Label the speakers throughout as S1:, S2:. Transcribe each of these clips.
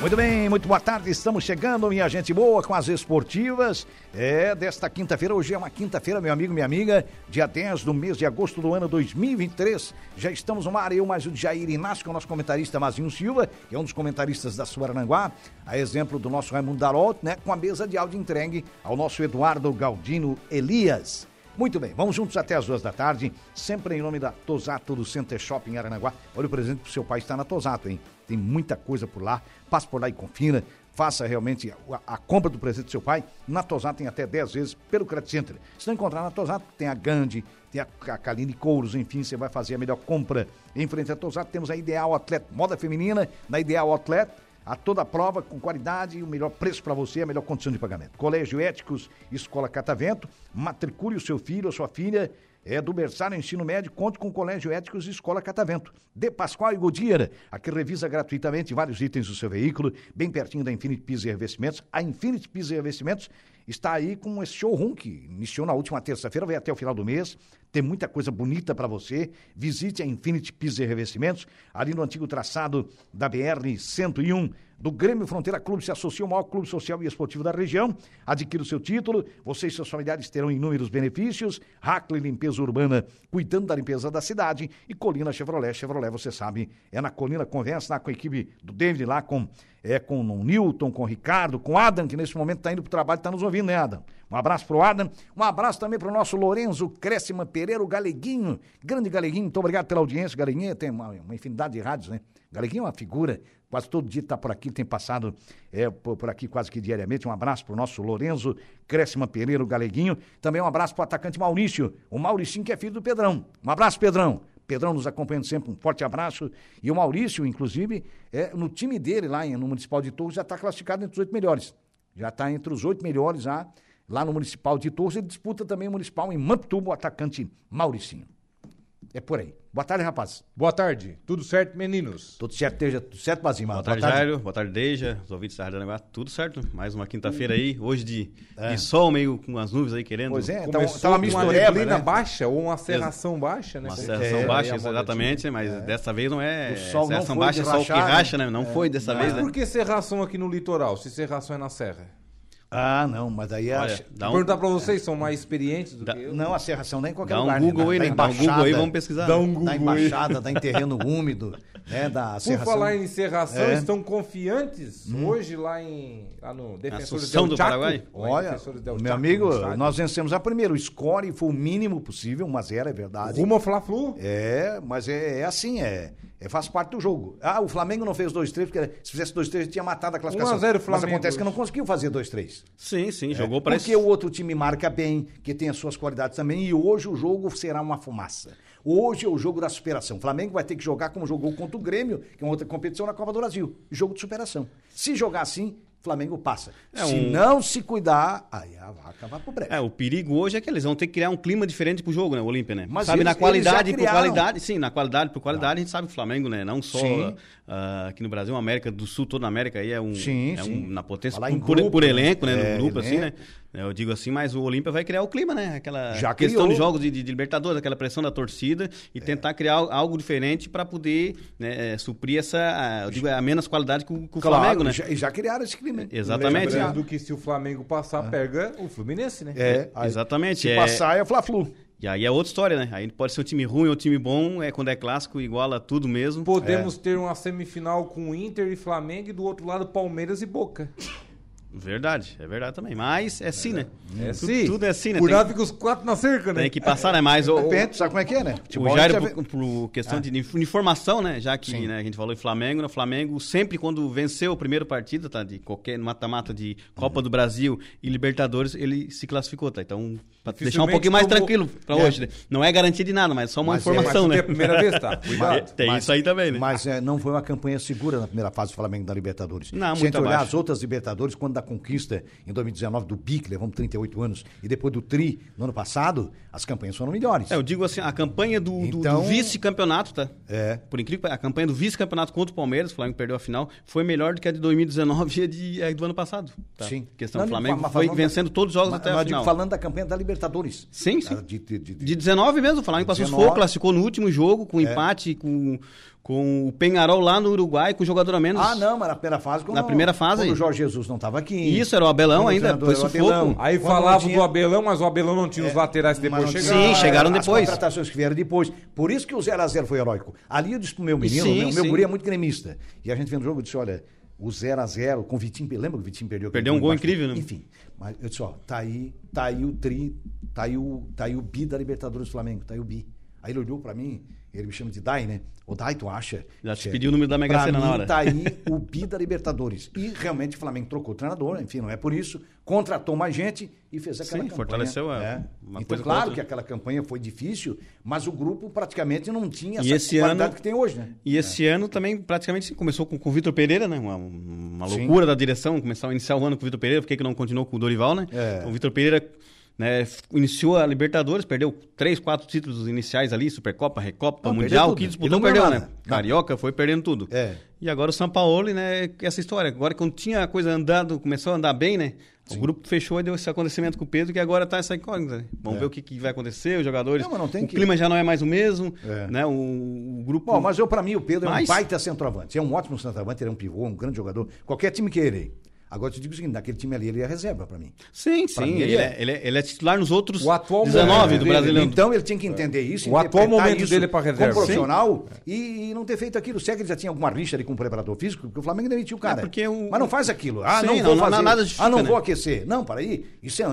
S1: Muito bem, muito boa tarde. Estamos chegando, minha gente boa, com as esportivas. É, desta quinta-feira, hoje é uma quinta-feira, meu amigo, minha amiga, dia 10 do mês de agosto do ano 2023. Já estamos no ar, eu mais o Jair Inácio, que é o nosso comentarista Mazinho Silva, que é um dos comentaristas da Suaranguá, a exemplo do nosso Raimundo Darol, né, com a mesa de áudio entregue ao nosso Eduardo Galdino Elias. Muito bem, vamos juntos até as duas da tarde, sempre em nome da Tosato do Center Shopping Aranaguá. Olha o presente pro seu pai está na Tosato, hein? Tem muita coisa por lá. Passe por lá e confira. Faça realmente a, a compra do presente do seu pai. Na Tosato tem até 10 vezes pelo Credit Center. Se não encontrar na Tosato, tem a Gandhi, tem a, a Caline Couros, enfim, você vai fazer a melhor compra. Em frente à Tosato temos a Ideal Atleta, moda feminina, na Ideal Atleta a toda a prova, com qualidade, o melhor preço para você, a melhor condição de pagamento. Colégio Éticos, Escola Catavento, matricule o seu filho, a sua filha, é do berçário ao ensino médio, conte com o Colégio Éticos e Escola Catavento. De Pascoal e Godieira, a que revisa gratuitamente vários itens do seu veículo, bem pertinho da Infinity Pisa e Revestimentos. A Infinity Pisa e Revestimentos está aí com esse showroom que iniciou na última terça-feira, vai até o final do mês. Tem muita coisa bonita para você. Visite a Infinity Pisa e Revestimentos, ali no antigo traçado da BR 101 do Grêmio Fronteira Clube, se associa ao maior clube social e esportivo da região, adquira o seu título, você e seus familiares terão inúmeros benefícios, Hackley Limpeza Urbana, cuidando da limpeza da cidade, e Colina Chevrolet, Chevrolet você sabe, é na Colina, conversa lá com a equipe do David, lá com, é, com o Newton, com o Ricardo, com o Adam, que nesse momento está indo para o trabalho, está nos ouvindo, né Adam? Um abraço pro Adam, um abraço também pro nosso Lorenzo Crescima Pereira, o Galeguinho, grande Galeguinho, muito obrigado pela audiência, Galeguinho tem uma, uma infinidade de rádios, né? Galeguinho é uma figura, quase todo dia está por aqui, tem passado é, por, por, aqui quase que diariamente. Um abraço para o nosso Lorenzo Crescima Pereira, o Galeguinho. Também um abraço para o atacante Maurício, o Mauricinho que é filho do Pedrão. Um abraço, Pedrão. Pedrão nos acompanhando sempre, um forte abraço. E o Maurício, inclusive, é, no time dele lá no Municipal de Torres, já está classificado entre os oito melhores. Já está entre os oito melhores já, lá no Municipal de Torres. Ele disputa também o Municipal em Mamptuba, o atacante Mauricinho. É por aí. Boa tarde, rapaz.
S2: Boa tarde. Tudo certo, meninos?
S1: Tudo certo, Deja. Tudo certo, Bazinho?
S3: Boa, tarde, Jairo. Boa tarde, Deja. Os ouvintes da Rádio Aranaguá. Tudo certo. Mais uma quinta-feira aí. Hoje de, de sol, meio com as nuvens aí querendo.
S1: Pois é, tá,
S2: Começou
S1: tá uma
S2: com
S1: mistureba,
S2: neblina
S1: né?
S2: baixa ou uma serração baixa, né?
S3: Uma
S2: Como-
S3: serração
S1: é,
S3: baixa,
S2: aí a moda
S3: exatamente. Mas dessa vez não é
S1: O sol não
S3: serração
S1: foi
S3: baixa,
S1: de
S3: sol que
S1: rachar, né?
S3: racha, né? Não foi dessa
S2: Mas
S3: vez, né?
S2: é por que serração aqui no litoral, se serração é na serra?
S1: Ah, não, mas aí é.
S3: Olha, dá
S2: Vou
S3: um,
S2: perguntar pra vocês, são mais experientes do
S3: Dá-
S2: que eu?
S1: Não, a serração nem em qualquer
S3: dá um
S1: lugar.
S3: Google aí,
S1: né?
S3: né?
S1: Da-
S3: Dá
S1: da
S3: um Google aí, vamos pesquisar.
S2: Dá
S3: né?
S2: um Google
S1: Da
S2: aí.
S1: embaixada, tá em terreno úmido, né? Da
S2: Por
S1: serração.
S2: falar em serração,
S1: É. Hum.
S2: estão confiantes hoje lá em lá no Defensores
S3: Assunção
S2: del
S3: do
S2: Chaco?
S3: Paraguai?
S2: Lá em
S1: Olha,
S2: Defensores del
S1: meu
S2: Chaco,
S1: amigo,
S2: no estádio.
S1: nós vencemos a primeira. O score foi o mínimo possível, 1 a 0 é verdade.
S2: Rumo ao Fla-Flu?
S1: É, mas é, é assim, é, é- Faz parte do jogo. Ah, o Flamengo não fez 2-3, porque se fizesse 2-3 tinha matado a classificação.
S2: 1 a 0
S1: Mas
S2: Flamengo
S1: acontece que
S2: hoje.
S1: não conseguiu fazer 2-3.
S3: Sim, sim. Jogou pra
S1: Porque o outro time marca bem, que tem as suas qualidades também, e hoje o jogo será uma fumaça. Hoje é o jogo da superação. O Flamengo vai ter que jogar como jogou contra o Grêmio, que é uma outra competição na Copa do Brasil. Jogo de superação. Se jogar assim, o Flamengo passa.
S3: É
S1: se
S3: um-
S1: não se cuidar, aí a vaca vai pro brejo.
S3: É, o perigo hoje é que eles vão ter que criar um clima diferente pro jogo, né? O Olímpia, né?
S1: Mas
S3: sabe,
S1: eles-
S3: na qualidade
S1: eles já
S3: por
S1: criaram.
S3: qualidade, sim, na qualidade por qualidade, a gente sabe que o Flamengo, né? Não só
S1: Sim.
S3: ah, aqui no Brasil, a América do Sul, toda a América aí é um,
S1: Sim,
S3: é
S1: sim.
S3: um na potência
S1: Falar
S3: por,
S1: em
S3: por-
S1: grupo,
S3: por
S1: né?
S3: elenco, né?
S1: É,
S3: no grupo, assim, né?
S1: elenco.
S3: Eu digo assim, mas o Olímpia vai criar o clima, né? Aquela
S1: Já
S3: questão
S1: criou. É.
S3: de jogos de, de- de Libertadores, aquela pressão da torcida e tentar criar al- algo diferente para poder né, eh, suprir essa, ah, eu digo, a menos qualidade que o, que o
S1: Claro,
S3: Flamengo, né?
S1: já, e já criaram esse crime.
S3: Exatamente.
S1: Já
S2: Lembrando
S1: criaram.
S2: que se o Flamengo passar, pega o Fluminense, né?
S1: É, aí,
S3: Exatamente,
S1: Se
S3: é-
S1: passar é Fla-Flu.
S3: E aí é outra história, né? Aí pode ser um time ruim ou um time bom, é quando é clássico, iguala tudo mesmo.
S1: É.
S2: Podemos ter uma semifinal com Inter e Flamengo e do outro lado Palmeiras e Boca.
S3: Verdade, é verdade também. Mas é sim, né?
S2: É
S3: Tu-
S2: sim.
S3: Tudo é sim, né?
S2: Cuidado
S3: Tem,
S2: fica os quatro na cerca, né?
S3: tem que passar, né? Mas o, o,
S1: Depende, sabe como é que é, né?
S3: o
S1: Futebol, a
S3: Jairo,
S1: gente já
S3: por, por
S2: Ah.
S3: questão de inf- informação, né? Já que né, a gente falou em Flamengo, né? o Flamengo sempre quando venceu o primeiro partido, tá? De qualquer mata-mata de Copa
S2: É.
S3: do Brasil e Libertadores, ele se classificou, tá? Então, pra deixar um
S2: Dificilmente
S3: pouquinho mais
S2: como-
S3: tranquilo pra hoje, né? Não é garantia de nada, mas só uma
S1: Mas é,
S3: informação,
S2: Mas
S3: né?
S2: é a primeira vez, tá? Cuidado.
S3: Tem
S1: Mas-
S3: isso aí também, né?
S1: Mas eh, não foi uma campanha segura na primeira fase do Flamengo da Libertadores.
S3: Não,
S1: Se a
S3: muito
S1: gente olhar
S3: abaixo.
S1: as outras Libertadores, quando da conquista em 2019 do BIC, levamos 38 anos, e depois do TRI no ano passado, as campanhas foram melhores.
S3: É, eu digo assim, a campanha do, do- do
S1: Então-
S3: vice-campeonato, tá?
S1: É.
S3: Por incrível que pareça, a campanha do vice-campeonato contra o Palmeiras, o Flamengo perdeu a final, foi melhor do que a de 2019 e a, de, a do ano passado. Tá?
S1: Sim.
S3: Questão,
S1: Não,
S3: o
S1: digo,
S3: Flamengo
S1: mas
S3: foi
S1: falando-
S3: vencendo todos os jogos
S1: mas-
S3: até
S1: mas
S3: a
S1: digo,
S3: final.
S1: falando da campanha da Libertadores.
S3: Sim, sim.
S1: Ah, de- de- de-
S3: De 19 mesmo, o Flamengo passou
S1: 19.
S3: sufoco, classificou no último jogo,
S1: É.
S3: com empate, com, com o Penharol lá no Uruguai, com o jogador a menos.
S1: Ah, não, mas na primeira fase. Quando,
S3: Na primeira fase?
S1: Quando o Jorge Jesus não estava aqui.
S3: E isso, era o Abelão
S1: Quando o
S3: ainda,
S1: treinador
S3: foi
S1: era o Abelão.
S3: sufoco.
S2: Aí
S1: Quando não
S2: falava
S1: tinha- É.
S2: do Abelão, mas o Abelão não tinha os laterais que depois
S1: Mas não
S2: chegaram.
S1: tinha- É.
S3: Sim, chegaram depois.
S1: As contratações que vieram depois. Por isso que o 0x0 foi heróico. Ali eu disse pro meu menino,
S3: Sim,
S1: meu, meu
S3: sim.
S1: guri é muito gremista. E a gente vendo o jogo, eu disse, olha, o 0x0 com o Vitinho, lembra que o Vitinho perdeu? aquele
S3: Perdeu um
S1: gol
S3: gol
S1: embaixo?
S3: incrível, né?
S1: Enfim, mas eu disse, ó, tá aí, tá aí o tri, tá aí o, tá aí o bi da Libertadores do Flamengo, tá aí o bi. Aí ele olhou pra mim, ele me chama de Dai, né? O Dai, tu acha?
S3: Já te
S1: Disse,
S3: pediu o número da Mega
S1: pra
S3: Sena na
S1: mim
S3: hora.
S1: Tá aí o bi da Libertadores. E realmente o Flamengo trocou o treinador, enfim, não é por isso, contratou mais gente e fez aquela
S3: Sim,
S1: campanha.
S3: fortaleceu a-
S1: né?
S3: uma
S1: Então,
S3: coisa com a
S1: claro
S3: outra.
S1: que aquela campanha foi difícil, mas o grupo praticamente não tinha essa
S3: E esse
S1: qualidade
S3: ano-
S1: que tem hoje, né?
S3: E esse ano também praticamente sim, começou com, com o Vitor Pereira, né? Uma, uma
S1: Sim.
S3: loucura da direção, começar iniciar o ano com o Vitor Pereira, porque que não continuou com o Dorival, né?
S1: É.
S3: Então, o Vitor Pereira né, f- iniciou a Libertadores, perdeu três, quatro títulos iniciais ali, Supercopa, Recopa,
S1: Não, perdeu
S3: Mundial,
S1: tudo.
S3: o que
S1: E
S3: disputou
S1: não ganhou
S3: perdeu, né?
S1: nada. Não.
S3: Carioca foi perdendo tudo.
S1: É.
S3: E agora o Sampaoli, né, essa história, agora quando tinha a coisa andando, começou a andar bem, né? O grupo fechou e deu esse acontecimento com o Pedro, que agora tá essa incógnita. né? Vamos ver o que, que vai acontecer, os jogadores.
S1: É. Não, mas não tem
S3: o
S1: que-
S3: clima já não é mais o mesmo,
S1: É.
S3: né? O, o grupo.
S1: Bom, mas eu, pra mim, o Pedro é um
S3: Mas-
S1: baita centroavante. É um ótimo centroavante, ele é um pivô, um grande jogador. Qualquer time que ele. Agora eu te digo o seguinte: naquele time ali ele é reserva pra mim.
S3: Sim,
S1: Pra
S3: sim.
S1: mim,
S3: Ele,
S1: ele
S3: é, ele, é, ele é titular nos outros
S2: O atual
S3: 19
S2: momento
S3: do
S2: dele,
S3: Brasileiro.
S1: Então ele tinha que entender isso.
S2: O atual
S1: interpretar
S2: momento
S1: isso
S2: dele é pra reserva.
S1: Como profissional e, e não ter feito aquilo. Se é que ele já tinha alguma rixa ali com o preparador físico, porque o Flamengo demitiu o cara.
S3: É porque o-
S1: Mas não faz aquilo. Ah,
S3: Sim,
S1: não vou
S3: não- não-
S1: fazer.
S3: nada justifica,
S1: ah, não
S3: né?
S1: vou aquecer. Não, para aí. Isso é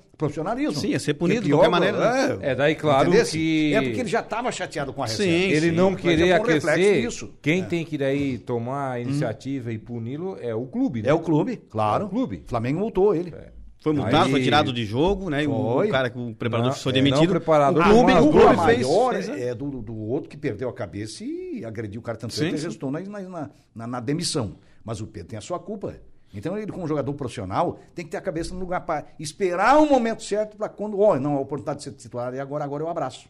S1: antiprofissionalismo.
S3: Sim, é ser punido de
S1: E pior,
S3: qualquer maneira, né?
S1: É,
S2: É, daí, claro
S1: entendesse?
S2: que-
S1: É porque ele já estava chateado com a reserva.
S3: Sim,
S1: Ele-
S2: Ele não
S1: mas
S2: querer
S1: é um reflexo
S2: aquecer,
S1: disso.
S2: quem
S1: É.
S2: tem que daí tomar a iniciativa e puni-lo é o clube, né?
S1: É o clube, claro.
S2: É o clube. É.
S1: Flamengo multou ele.
S3: Foi multado,
S2: Aí-
S3: foi tirado de jogo, né? E
S1: Foi. Ah,
S3: O cara, o preparador
S2: Não,
S3: foi
S2: é, não,
S3: demitido.
S2: o preparador
S3: o clube,
S2: tomou
S3: o
S2: as
S1: O
S3: clube
S2: duas
S3: fez.
S1: maior
S3: fez, né?
S1: é do, do outro que perdeu a cabeça e agrediu o cara tanto
S3: Sim,
S1: que
S3: sim.
S1: resultou na, na, na- na demissão. Mas o Pedro tem a sua culpa. Então ele, como jogador profissional, tem que ter a cabeça no lugar para esperar o momento certo para quando, ó, não, a oportunidade de ser titular e agora, agora eu abraço.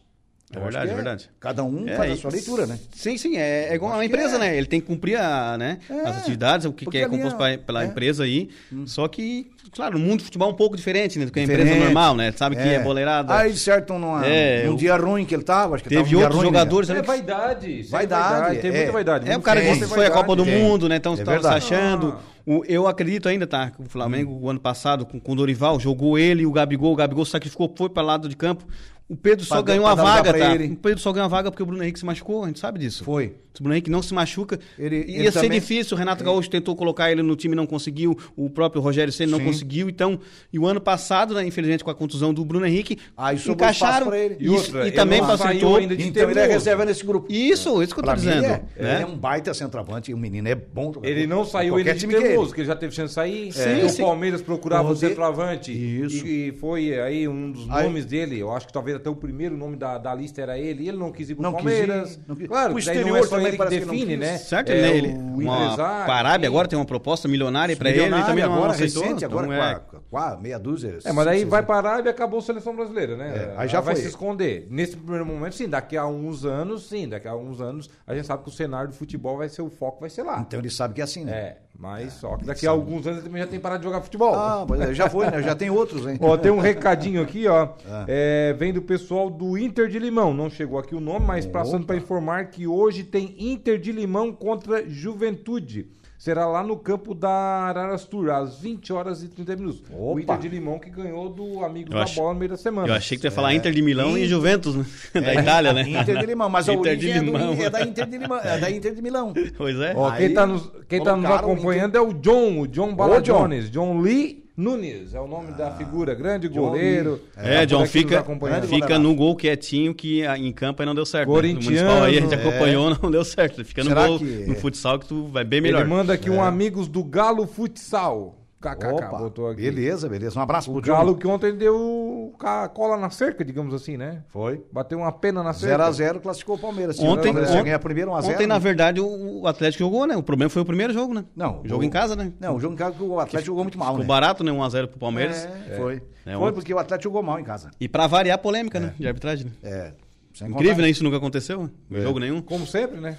S3: É
S1: Eu acho
S3: verdade,
S1: que
S3: verdade.
S1: Cada um
S3: É,
S1: faz a
S3: e-
S1: sua leitura, né?
S3: Sim, sim, é, é igual uma
S1: acho que
S3: empresa,
S1: é.
S3: né? Ele tem que cumprir a, né,
S1: É,
S3: as atividades, o que, que
S1: porque
S3: é
S1: ali é-
S3: composto pra- pela
S1: é.
S3: empresa aí. Só que, claro, o mundo do futebol é um pouco diferente né, do que a
S1: Diferente.
S3: empresa normal, né? Sabe que é boleirada.
S1: Aí, certo, numa,
S3: É,
S1: num
S3: eu-
S1: dia ruim que ele tava, acho que
S3: Teve
S1: tava um dia
S3: outros
S1: ruim,
S3: jogadores
S2: É
S3: ali que
S2: vaidade. isso é
S1: Vaidade,
S2: Tem
S1: é.
S2: muita vaidade.
S3: né? É, o
S2: Muito
S3: cara
S2: futebol
S3: disse
S2: tem
S3: que foi a
S2: vaidade.
S3: Copa do
S1: Tem.
S3: Mundo, né? Então
S1: É
S3: você tava se
S1: verdade.
S3: achando. O- eu acredito ainda, tá? que O Flamengo, o ano passado, com, com o Dorival, jogou ele e o Gabigol. O Gabigol sacrificou, foi pra lado de campo. O Pedro só
S1: Pra-
S3: ganhou
S1: pra
S3: a
S1: dar lugar
S3: vaga,
S1: pra
S3: tá?
S1: ele.
S3: O Pedro só ganhou a vaga porque o Bruno Henrique se machucou, a gente sabe disso.
S1: Foi.
S3: Se o Bruno Henrique não se machuca,
S1: Ele-
S3: ia
S1: ele
S3: ser
S1: também- É.
S3: difícil. O Renato Gaúcho tentou colocar ele no time, não conseguiu. O próprio Rogério Ceni não
S1: Sim.
S3: conseguiu. Então, e o ano passado, né, infelizmente, com a contusão do Bruno Henrique,
S1: Aí sobrou espaço
S3: encaixaram.
S1: pra ele.
S3: E,
S2: E outra,
S3: e
S2: ele
S3: também
S2: não
S3: facilitou.
S2: saiu ainda de
S1: Então ele é
S2: teimoso.
S1: reserva nesse grupo.
S3: Isso, isso que eu tô
S1: Pra mim,
S3: dizendo.
S1: ele é,
S3: né?
S1: ele é um baita centroavante e o menino é bom jogador.
S2: Ele não saiu
S1: Qualquer
S2: ele de
S1: time que é, ele.
S2: teimoso, que ele já teve chance de sair.
S3: Sim,
S2: É, o
S3: sim.
S2: Palmeiras procurava o
S1: Poder-
S2: centroavante.
S1: Isso.
S2: E, e foi aí um dos
S1: Aí-
S2: nomes dele. Eu acho que talvez até o primeiro nome da, da lista era ele. e Ele não quis ir pro
S1: Não quis
S2: Palmeiras.
S1: ir, não quis-
S2: Claro,
S1: Pro
S2: daí não é
S1: exterior
S2: só
S1: também
S2: ele que
S1: parece que não
S2: define,
S1: quis.
S2: né?
S3: Certo,
S2: É,
S3: né? Ele,
S2: o
S3: uma
S2: empresário,
S3: Parábia
S2: enfim.
S3: agora tem uma proposta milionária para ele, ele
S1: Milionário
S3: também não
S1: agora,
S3: aceitou.
S1: recente, agora
S3: então é-
S1: com, a, com a meia dúzia.
S2: É, mas aí
S1: seis-
S2: vai parar e acabou a seleção brasileira, né?
S1: É, aí já
S2: vai
S1: foi.
S2: se esconder. Nesse primeiro momento, sim, daqui a uns anos, sim, daqui a uns anos, a gente sabe que o cenário do futebol vai ser o foco, vai ser lá.
S1: Então ele sabe que é assim, né?
S2: É, mas só que daqui a alguns anos ele também já tem parado de jogar futebol.
S1: Ah, pois é, já foi, né? Já tem outros, hein?
S2: Ó, tem um recadinho aqui, ó. É, vem do pessoal do Inter de Limão. Não chegou aqui o nome, mas passando para informar que hoje tem Inter de Limão contra Juventude. será lá no campo da Araras Tour, às 20 horas e 30 minutos. O
S1: Opa!
S2: Inter de Limão que ganhou do Amigos
S3: Eu
S2: da
S3: ach-
S2: Bola no meio da semana.
S3: Eu achei que tu ia falar Inter de Milão e Juventus, né? Da Itália, né?
S1: É. Inter de Limão, mas a
S3: Inter de
S1: origem é, do-
S3: Limão.
S1: é da Inter de Limão, é da Inter de Milão.
S3: Pois é.
S2: Ó, quem
S1: Aí,
S2: tá nos, quem tá nos
S1: colocaram
S2: acompanhando é o John, o John Balajones, John. Lee Nunes, é o nome da figura, grande goleiro.
S3: É, John
S2: Por aqui nos
S1: tá
S3: fica,
S2: acompanhando.
S3: fica no gol quietinho que a- em campo aí não deu certo. né? No
S2: Corintiano,
S3: municipal aí a gente
S2: é.
S3: acompanhou, não deu certo. Fica no
S1: Será
S3: gol
S1: que-
S3: no futsal que tu vai
S1: É
S3: bem
S2: Ele
S3: melhor.
S2: manda aqui um Amigos do Galo Futsal. KKK,
S1: Opa,
S2: botou aqui.
S1: beleza, beleza. Um abraço pro
S2: O
S1: John.
S2: Galo que ontem deu ca- cola na cerca, digamos assim, né?
S1: Foi.
S2: Bateu uma pena na cerca.
S1: 0x0 classificou o Palmeiras. Se
S3: Ontem,
S1: o Palmeiras
S3: ontem,
S1: ganhar é primeiro 1x0.
S3: ontem, na verdade, o o Atlético jogou, né? O problema foi o primeiro jogo, né?
S1: Não,
S3: O jogo
S1: o-
S3: em casa, né?
S1: Não, o jogo em casa que o Atlético jogou muito mal,
S3: Ficou
S1: né?
S3: barato, né? 1x0 pro Palmeiras.
S1: É, Foi.
S3: É,
S1: foi
S3: ontem-
S1: porque o Atlético jogou mal em casa.
S3: E pra variar a polêmica, né? De arbitragem. né?
S1: É. Sem
S3: Incrível,
S1: contar-
S3: né? Isso nunca aconteceu, né?
S1: É.
S3: Em jogo nenhum.
S2: Como sempre, né?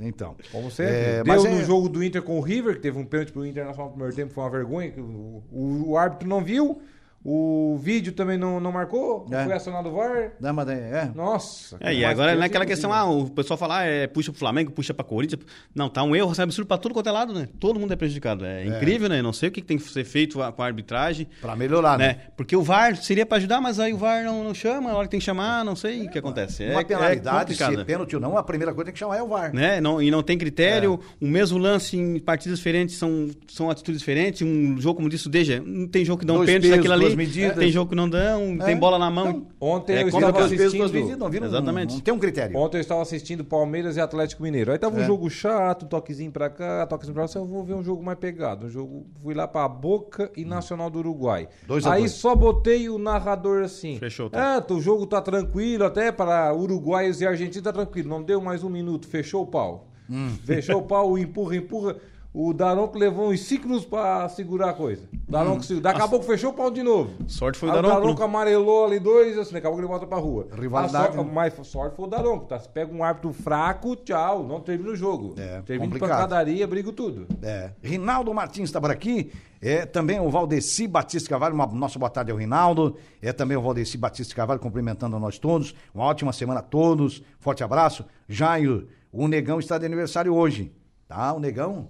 S1: Então.
S2: Como sempre.
S1: É,
S2: Deu
S1: mas
S2: no
S1: é-
S2: jogo do Inter com o River, que teve um pênalti pro Internacional no primeiro tempo, foi uma vergonha. que o, o- o árbitro não viu, o vídeo também não, não marcou, não
S1: É.
S2: foi acionado o VAR.
S1: Não, mas é. é.
S2: Nossa.
S3: É, e
S2: mas
S3: agora
S2: pênalti
S3: não é aquela questão,
S2: impossível.
S3: ah, o pessoal fala, ah, é, puxa pro Flamengo, puxa pra Corinthians. Não, tá um erro, sabe, absurdo pra todo quanto é lado, né? Todo mundo é prejudicado. É, incrível, né? Não sei o que que tem que ser feito a- com a arbitragem,
S1: Pra melhorar, né?
S3: né? Porque o VAR seria pra ajudar, mas aí o VAR não, não chama, a hora que tem que chamar, não sei o que acontece. É,
S1: Uma penalidade,
S3: é
S1: se é
S3: complicado,
S1: pênalti ou não, a primeira coisa que tem que chamar é o VAR.
S3: né? Não- e não tem critério,
S1: É.
S3: o mesmo lance em partidas diferentes são, são atitudes diferentes. Um jogo, como disse o Deja, tem jogo que dá um
S1: Dois
S3: pênalti
S1: pesos,
S3: daquilo ali,
S1: duas medidas. É, então,
S3: tem jogo que não dá, um- tem bola na mão.
S2: Ontem
S3: É
S2: eu
S3: complicado.
S2: estava
S1: Duas vezes,
S2: assistindo.
S1: duas vezes, não viram?
S3: Exatamente.
S1: Não, tem um critério.
S2: Ontem eu estava assistindo Palmeiras e Atlético Mineiro. Aí tava
S1: É.
S2: um jogo chato, toquezinho pra cá, toquezinho pra lá. Eu vou ver um jogo mais pegado. Um jogo, fui lá pra Boca e Nacional do Uruguai.
S1: Hum. Dois a
S2: Aí
S1: dois.
S2: só botei o narrador assim.
S3: Fechou, tá.
S2: tá. Ah, o jogo tá tranquilo, até para uruguaios e argentinos tá tranquilo. Não deu mais um minuto, fechou o pau.
S1: Hum.
S2: Fechou o pau, empurra, empurra. O Daronco levou uns cinco minutos pra segurar a coisa.
S1: Hum.
S2: Daronco segurou. Daqui a pouco fechou o pau de novo.
S3: Sorte foi o
S2: Aí
S3: Daronco, né?
S2: amarelou ali dois, assim, daqui a pouco ele volta pra rua.
S1: Rivalidade,
S2: A sorte-
S1: né?
S2: mas sorte foi o Daronco, tá? Se pega um árbitro fraco, tchau, não termina o jogo.
S1: É,
S2: termina
S1: complicado.
S2: de pancadaria, brigo tudo.
S1: É. Rinaldo Martins está por aqui. É, também o Valdeci Batista Carvalho. Uma nossa boa tarde ao Rinaldo. É também o Valdeci Batista Carvalho cumprimentando a nós todos. Uma ótima semana a todos. Forte abraço. Jairo, o Negão está de aniversário hoje. Tá? O Negão?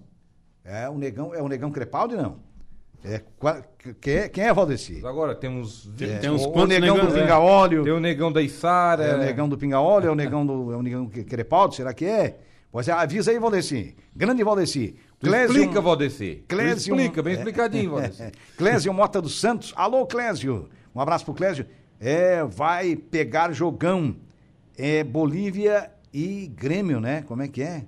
S1: É o Negão, é o Negão Crepaldi, não? É, qua- quem, é, quem é Valdeci?
S2: Agora temos.
S3: tem uns
S2: o-
S1: O
S3: quantos
S1: Negão do
S3: negão, né?
S1: Pinga Óleo.
S2: Tem o negão da Isara.
S1: É o negão do Pinga Óleo, é o negão do. É o negão que- Crepaldi, será que é? Pois é, avisa aí, Valdeci. Grande Valdeci.
S2: Tu
S1: Clésio-
S2: Explica, Valdeci. Tu
S1: Clésio-
S2: Explica, bem
S1: É.
S2: explicadinho, Valdeci.
S1: Clésio Mota dos Santos. Alô, Clésio. Um abraço pro Clésio. É, vai pegar jogão. É Bolívia e Grêmio, né? Como é que é?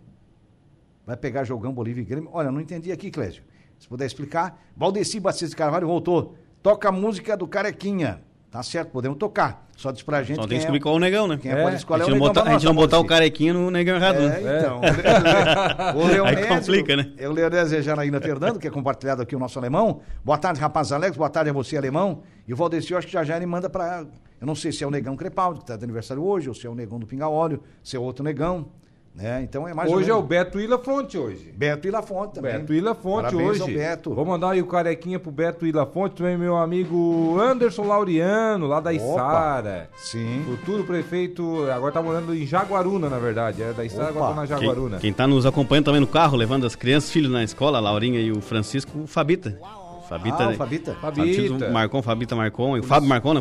S1: Vai pegar jogão Bolívia e Grêmio. Olha, não entendi aqui, Clésio. Se puder explicar. Valdeci Batista Carvalho voltou. Toca a música do Carequinha. Tá certo, podemos tocar. Só diz pra gente.
S3: Só
S1: quem
S3: tem que
S1: é-
S3: descobrir qual é o negão, né?
S1: quem é, pode
S3: A
S1: escolher
S3: gente
S1: o
S3: não
S1: negão
S3: botar,
S1: pra
S3: a gente
S1: nós,
S3: não botar o
S1: Valdeci.
S3: carequinho no negão errado, né?
S1: É, então. O Leonésio,
S3: Aí complica, né?
S1: É o Leonésio Janaína Fernando, que é compartilhado aqui o nosso alemão. Boa tarde, rapaz Alex. Boa tarde a você, alemão. E o Valdeci, eu acho que já já ele manda pra. Eu não sei se é o negão Crepaldi, que tá de aniversário hoje, ou se é o negão do Pinga Óleo, se é outro negão. Né? Então é mais. ou
S2: Hoje é o
S1: menos.
S2: Beto Ilafonte hoje.
S1: Beto e Lafonte também.
S2: Beto Ilafonte
S1: Parabéns
S2: hoje.
S1: Ao Beto.
S2: Vou mandar aí o carequinha pro Beto Ilafonte, também meu amigo Anderson Laureano, lá da Isara.
S1: Sim.
S2: Futuro prefeito, agora tá morando em Jaguaruna, na verdade. É da Isara, agora
S1: Opa.
S2: tá na Jaguaruna.
S3: Quem, quem tá nos acompanhando também no carro, levando as crianças, filhos na escola, a Laurinha e o Francisco, o Fabita. Fabita,
S1: Ah, o
S3: né?
S1: Fabita.
S2: Fabita.
S3: Marcon, Fabita Marcon, e o Fábio Marcon, né?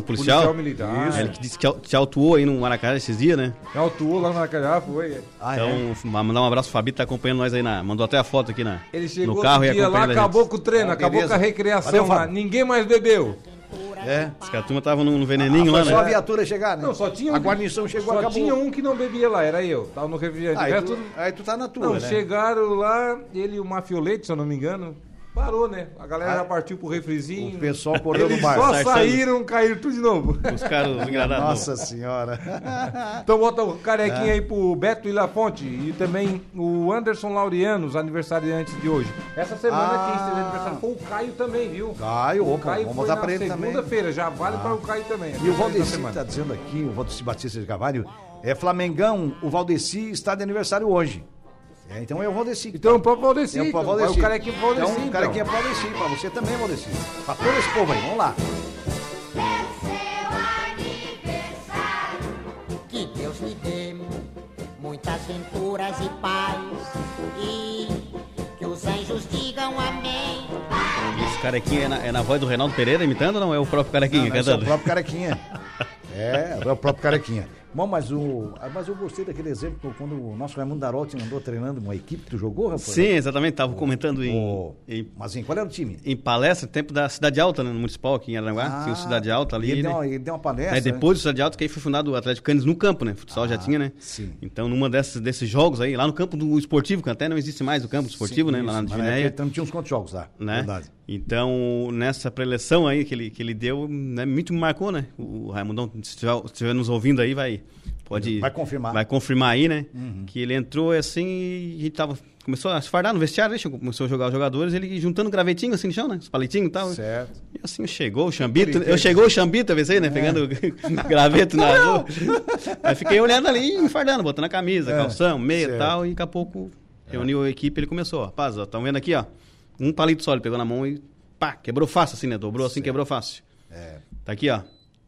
S2: Policial
S3: Policial.
S2: militar.
S3: Ele que disse que au- te autuou aí no Maracanã esses dias, né?
S2: Já atuou É lá no Maracanã, foi.
S1: Ah,
S3: então,
S1: é.
S3: f- mandar um abraço pro Fabita, tá acompanhando nós aí na. Mandou até a foto aqui na,
S2: Ele chegou
S3: no carro e
S2: outro dia lá,
S3: acompanhando a
S2: acabou
S3: gente.
S2: com o treino,
S1: Ah,
S2: acabou com
S1: beleza.
S2: a recreação
S1: Valeu,
S2: lá.
S1: Fábio.
S2: Ninguém mais bebeu.
S1: é.
S3: Os caras turma estavam num veneninho
S1: Ah, Foi
S3: lá, né?
S1: só a viatura chegar, né?
S2: Então, Não, só tinha um.
S1: A guarnição chegou,
S2: só
S1: acabou.
S2: tinha um que não bebia lá, era eu. Tava no refrigerante.
S1: Aí,
S2: O resto
S1: tu,
S2: tudo-
S1: aí tu tá na tua,
S2: Não,
S1: né?
S2: chegaram lá, ele e o Mafiolete, se eu não me engano, parou, né? A galera
S1: Ah,
S2: já partiu pro refrizinho.
S1: O pessoal correu no
S2: Eles
S1: bar.
S2: só
S3: Sartando.
S2: saíram, caíram tudo de novo.
S3: Os caras os engradados.
S1: Nossa senhora.
S2: Então bota o
S1: É.
S2: carequinha aí pro Beto e Lafonte e também o Anderson Laureano, os aniversariantes de hoje. Essa semana
S1: Ah.
S2: quem esteve de aniversário foi o Caio também, viu?
S1: Caio,
S2: o
S1: opa,
S2: Caio
S1: vamos
S2: foi
S1: botar
S2: na
S1: pra ele também. Ah.
S2: segunda-feira, já vale para o Caio também.
S1: E o
S2: aniversário da
S1: Valdeci tá-
S2: semana.
S1: está dizendo aqui, o Valdeci Batista de Carvalho, é Flamengão, o Valdeci está de aniversário hoje. É, então é o Valdeci.
S2: Então o próprio Valdeci.
S1: é o
S2: então,
S1: pra Valdeci.
S2: vai o carequinha pro Valdeci.
S1: Então, o cara aqui é pro Valdeci, pra você também, Valdeci. Pra todo esse povo aí, vamos lá.
S4: Que Deus lhe dê muitas venturas e paz e que os anjos
S3: Carequinha é na, é na voz do Reinaldo Pereira imitando ou não? É o próprio Carequinha
S1: Não, esse é o
S3: cantando?
S1: próprio Carequinha. É, é o próprio Carequinha. Bom, mas, o, ah, mas eu gostei daquele exemplo quando o nosso Raimundo Darol te mandou treinando uma equipe, tu jogou, rapaz?
S3: Sim, exatamente. Tava comentando em,
S1: O-
S3: em,
S1: Mas em qual era o time?
S3: em palestra, tempo da Cidade Alta, né, no Municipal aqui em Aranaguá.
S1: Ah,
S3: tinha o Cidade Alta ali.
S1: Ele, deu,
S3: né?
S1: uma, ele deu uma palestra.
S3: É, depois do Cidade Alta, que aí foi fundado o Atlético Canes no campo, né? Futsal já tinha, né?
S1: Ah, sim.
S3: Então, numa dessas, desses jogos aí, lá no campo do esportivo, que até não existe mais o campo esportivo, né? Lá na Divinéia,
S1: Então tinha uns quantos jogos lá?
S3: né?
S1: Verdade.
S3: Então, nessa preleção aí que ele, que ele deu, né, muito me marcou, né? O Raimundão, se estiver, se estiver nos ouvindo aí, vai... Pode,
S1: Vai confirmar. Uhum.
S3: Vai confirmar aí, né? Que ele entrou assim e a gente tava... Começou a se fardar no vestiário, né? Chegou- começou a jogar os jogadores, ele juntando gravetinho assim no chão, né? Os palitinhos e tal.
S1: Certo.
S3: E assim chegou o Xambito, eu chegou o Xambito, eu pensei, né?
S1: É.
S3: Pegando o graveto na rua. Aí fiquei olhando ali, enfardando, botando a camisa,
S1: É,
S3: calção, meia
S1: certo. É.
S3: e tal, e daqui a pouco reuniu a equipe, ele começou, ó, rapaz, ó, estão vendo aqui, ó, um palito só, ele pegou na mão e pá, quebrou fácil assim, né? Dobrou assim, quebrou fácil.
S1: É.
S3: Tá aqui, ó.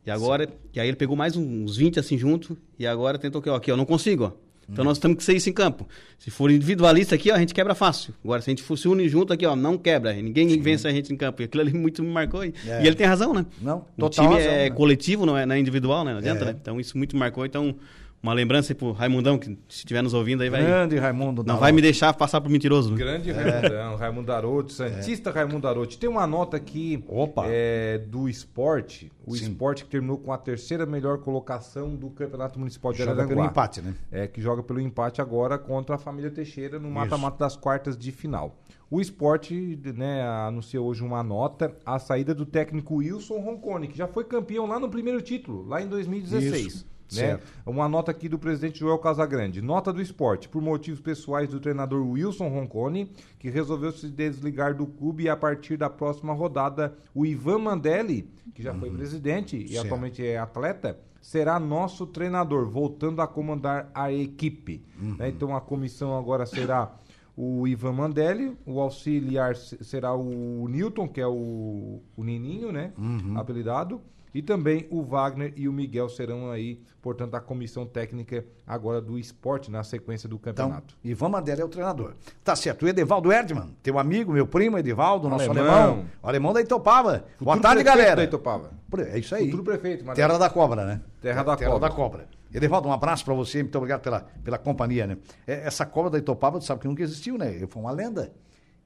S3: E agora, e aí ele pegou mais uns 20 assim junto, e agora tentou que, ó, aqui, ó, não consigo, ó. Então nós temos que ser isso em campo. Se for individualista aqui, ó, a gente quebra fácil. Agora, se a gente fosse une junto aqui, ó, não quebra. Ninguém vence a gente em campo. E aquilo ali muito me marcou. E,
S1: É.
S3: e ele tem razão, né?
S1: Não,
S3: O
S1: total
S3: time
S1: razão, né?
S3: é coletivo, não é, não é individual, né? Não adianta,
S1: É.
S3: né? Então isso muito me marcou. Então, uma lembrança aí pro Raimundão, que se estiver nos ouvindo aí, vai.
S1: Grande Raimundo
S3: Não
S1: Darol.
S3: vai me deixar passar por mentiroso. né?
S2: Grande Raimundão, Raimundo Arote, Santista Raimundo Arote. Tem uma nota aqui
S1: Opa.
S2: é, do esporte, o
S1: Sim.
S2: esporte que terminou com a terceira melhor colocação do Campeonato Municipal de
S1: Joga
S2: Araranguá.
S1: pelo empate, né?
S2: É, que joga pelo empate agora contra a família Teixeira no mata-mata das quartas de final. O esporte né, anunciou hoje uma nota, a saída do técnico Wilson Roncone, que já foi campeão lá no primeiro título, lá em 2016.
S1: Isso,
S2: Né?
S1: certo.
S2: Uma nota aqui do presidente Joel Casagrande. Nota do esporte, por motivos pessoais do treinador Wilson Roncone, que resolveu se desligar do clube e a partir da próxima rodada, o Ivan Mandelli, que já foi presidente e
S1: Uhum. Certo.
S2: atualmente é atleta, será nosso treinador, voltando a comandar a equipe.
S1: Uhum.
S2: né? Então a comissão agora será o Ivan Mandelli, o auxiliar se- será o Newton, que é o, o Nininho, né?
S1: Uhum.
S2: Apelidado. E também o Wagner e o Miguel serão aí, portanto, a comissão técnica agora do esporte na sequência do
S1: Então,
S2: campeonato.
S1: Ivan Madeira é o treinador. Tá certo. O Edivaldo Erdman, teu amigo, meu primo Edivaldo, nosso alemão.
S2: Alemão.
S1: Alemão, da Itopava. Boa
S2: Futuro
S1: tarde,
S2: prefeito
S1: galera.
S2: da Itopava.
S1: Pre- É isso aí.
S2: Futuro prefeito, Madeira.
S1: Terra da Cobra, né?
S2: Terra da Cobra.
S1: da Cobra. Edivaldo, um abraço pra você, muito obrigado pela, pela companhia, né? É, essa cobra da Itopava, tu sabe que nunca existiu, né? Foi uma lenda.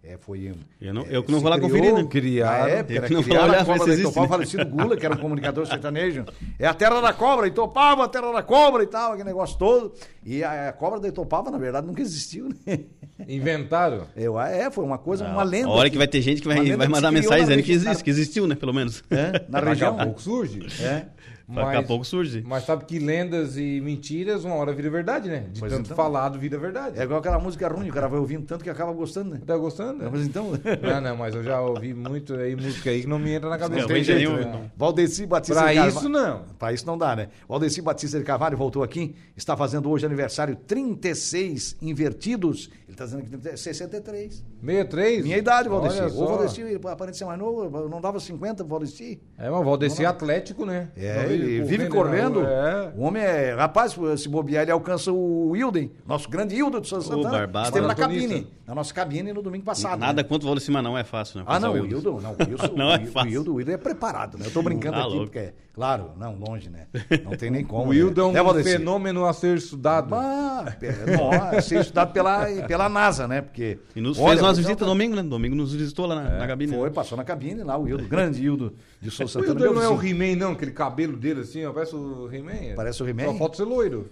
S1: É, foi... um-
S3: Eu não-
S1: é,
S3: eu que não
S1: se
S3: vou lá
S1: criou,
S3: conferir, né?
S1: criaram, Na
S2: Criaram.
S1: época,
S3: Eu
S1: era
S3: que não vou lá
S1: criaram a
S3: olhar se
S1: cobra da
S3: existe,
S1: Itopava,
S3: né?
S1: falecido Gula, que era um comunicador sertanejo. É a terra da cobra, Itopava, a terra da cobra e tal, aquele negócio todo. E a, a cobra da Itopava, na verdade, nunca existiu, né?
S2: Inventaram.
S1: Eu, é, foi uma coisa, uma
S3: A
S1: lenda.
S3: hora que vai ter gente que
S1: uma
S3: vai,
S1: lenda
S3: vai
S1: que
S3: mandar
S1: se criou
S3: mensagem
S1: na
S3: dizendo que
S1: região.
S3: existe, que existiu, né? Pelo menos.
S1: É, na
S2: Daqui a
S1: região.
S2: pouco surge.
S1: É.
S3: Daqui a pouco surge.
S2: Mas sabe que lendas e mentiras, uma hora vira verdade, né? De
S1: Pois
S2: tanto
S1: então.
S2: falado, vira verdade.
S1: É igual aquela música ruim, o cara vai ouvindo tanto que acaba gostando, né?
S2: Tá gostando? né?
S1: Mas então,
S2: Não, não, mas eu já ouvi muito aí música aí que não me entra na cabeça.
S3: Não tem jeito nenhum,
S2: né?
S3: não.
S1: Valdeci Batista
S2: Pra
S1: de Carva-
S2: isso, não.
S1: Pra isso não dá, né? Valdeci Batista de Carvalho voltou aqui, está fazendo hoje aniversário 36 invertidos. Ele está dizendo que 30 é 63.
S2: 63?
S1: Minha idade, Valdeci.
S2: Olha
S1: Ô,
S2: só.
S1: Valdeci, aparente ser mais novo, eu não dava 50, Valdeci.
S2: É, mas o Valdeci é atlético, né?
S1: É,
S2: Não
S1: ele vive
S2: correndo,
S1: correndo.
S2: né? É.
S1: O homem é. Rapaz, se bobear, ele alcança o Wilden, nosso grande Hildo de São Santana.
S3: barbado.
S1: Esteve na
S2: Maratonista.
S1: cabine, na nossa cabine no domingo passado.
S3: Nada
S1: né?
S3: contra o Valdecima, não é fácil, né?
S1: Ah, não, o
S3: Wilson.
S1: Hildo, não, o Wilson,
S3: Não
S1: o
S3: é
S1: Hildo-
S3: fácil.
S1: O Hildo, o Hildo é preparado, né? Eu tô brincando
S3: Tá
S1: aqui,
S3: louco.
S1: porque, é- claro, não, longe, né? Não tem nem como.
S2: O Wildo é
S1: né?
S2: um
S1: Valdeci?
S2: fenômeno a ser estudado.
S1: Ah, pe- nossa, ser estudado pela, pela NASA, né? Porque.
S3: E nos
S1: olha,
S3: fez umas
S1: o-
S3: visitas domingo, né? Domingo nos visitou lá na, na cabine.
S1: É, Foi,
S3: né?
S1: passou na cabine lá, o Hildo, grande Hildo de São
S2: o
S1: Santana.
S2: Wildo
S1: tá meu
S2: não é o
S1: vizinho.
S2: He-Man, não, aquele cabelo dele assim, ó, parece o He-Man.
S1: Parece o
S2: Só
S1: He-Man?
S2: falta ser loiro.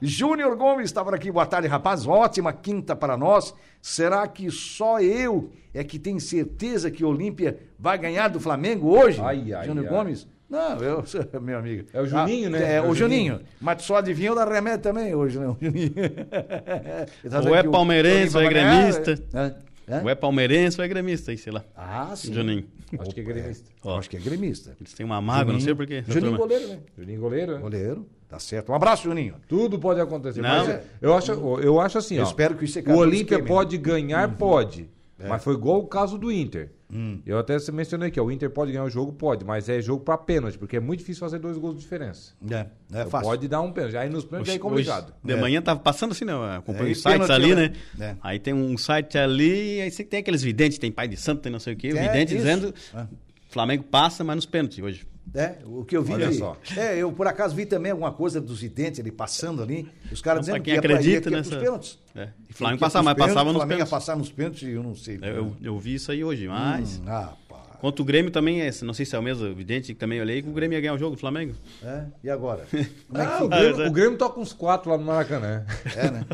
S1: Júnior Gomes estava por aqui. Boa tarde, rapaz. Ótima quinta para nós. Será que só eu é que tem certeza que o Olímpia vai ganhar do Flamengo hoje?
S2: Ai, ai,
S1: Júnior
S2: ai.
S1: Gomes? Não, eu, meu amigo.
S2: É o Juninho, né?
S1: É,
S2: É o
S1: o Juninho. Mas tu só adivinha o da remédio também hoje, né? O Juninho. Ele tá
S3: Ou
S1: dizendo
S3: é
S1: que o
S3: palmeirense,
S1: Olímpia
S3: ou é
S1: vai ganhar.
S3: gremista.
S1: Hã? Hã?
S3: Ou é palmeirense ou é gremista, aí, sei lá.
S1: Ah, né? sim.
S3: Juninho.
S2: Acho que é gremista.
S3: Ó,
S1: Acho que é gremista.
S3: Eles têm uma mágoa, não sei porquê. essa
S1: Juninho
S3: turma.
S1: goleiro, né?
S2: Juninho Goleiro, né?
S1: Goleiro. Tá certo. Um abraço, Juninho.
S2: Tudo pode acontecer.
S3: Não.
S2: Mas é- eu, acho, eu acho assim,
S1: Eu
S2: ó,
S1: espero que isso é
S2: o
S1: caso do
S2: Olímpia
S1: esquema, É.
S2: pode ganhar, pode. Mas foi igual o caso do Inter.
S1: Hum.
S2: Eu até se- mencionei que ó, o Inter pode ganhar o jogo, pode, mas é jogo pra pênalti, porque é muito difícil fazer dois gols de diferença.
S1: É, não é
S2: Então
S1: fácil.
S2: Pode dar um pênalti. Aí nos pênaltis
S3: Hoje-
S2: é complicado.
S3: hoje de
S1: É.
S3: manhã tava passando assim, né? Eu Acompanho
S1: É,
S3: os
S1: e
S3: sites
S1: pênalti,
S3: ali,
S1: né?
S3: né?
S1: É.
S3: Aí tem um site ali, aí você tem aqueles videntes, tem pai de santo, tem não sei o quê, o
S1: É,
S3: vidente
S1: isso.
S3: dizendo
S1: É.
S3: Flamengo passa, mas nos pênaltis hoje.
S1: É, o que eu vi.
S2: Olha
S1: de-
S2: só.
S1: É, eu por acaso vi também alguma coisa dos identes ali passando ali. Os caras
S3: Então,
S1: dizendo
S3: pra
S1: que
S3: quem
S1: ia pra- ia-
S3: acredita
S1: que ia
S3: nessa...
S1: pros pênaltis.
S3: É. E
S1: Que ia
S3: Flamengo
S1: pros
S3: passava, mas
S1: pênaltis,
S3: passava nos
S1: Flamengo ia
S3: pênaltis. É,
S1: passar nos pênaltis e eu não sei.
S3: Eu, eu vi isso aí hoje, mas...
S1: Hum, rapaz.
S3: Quanto o Grêmio também, é, não sei se é o mesmo vidente que também olhei, que o Grêmio ia ganhar o jogo do Flamengo.
S1: É, e agora? Como é que
S2: Ah, o,
S1: fica?
S2: Grêmio, o Grêmio toca uns quatro lá no Maracanã.
S1: É, né?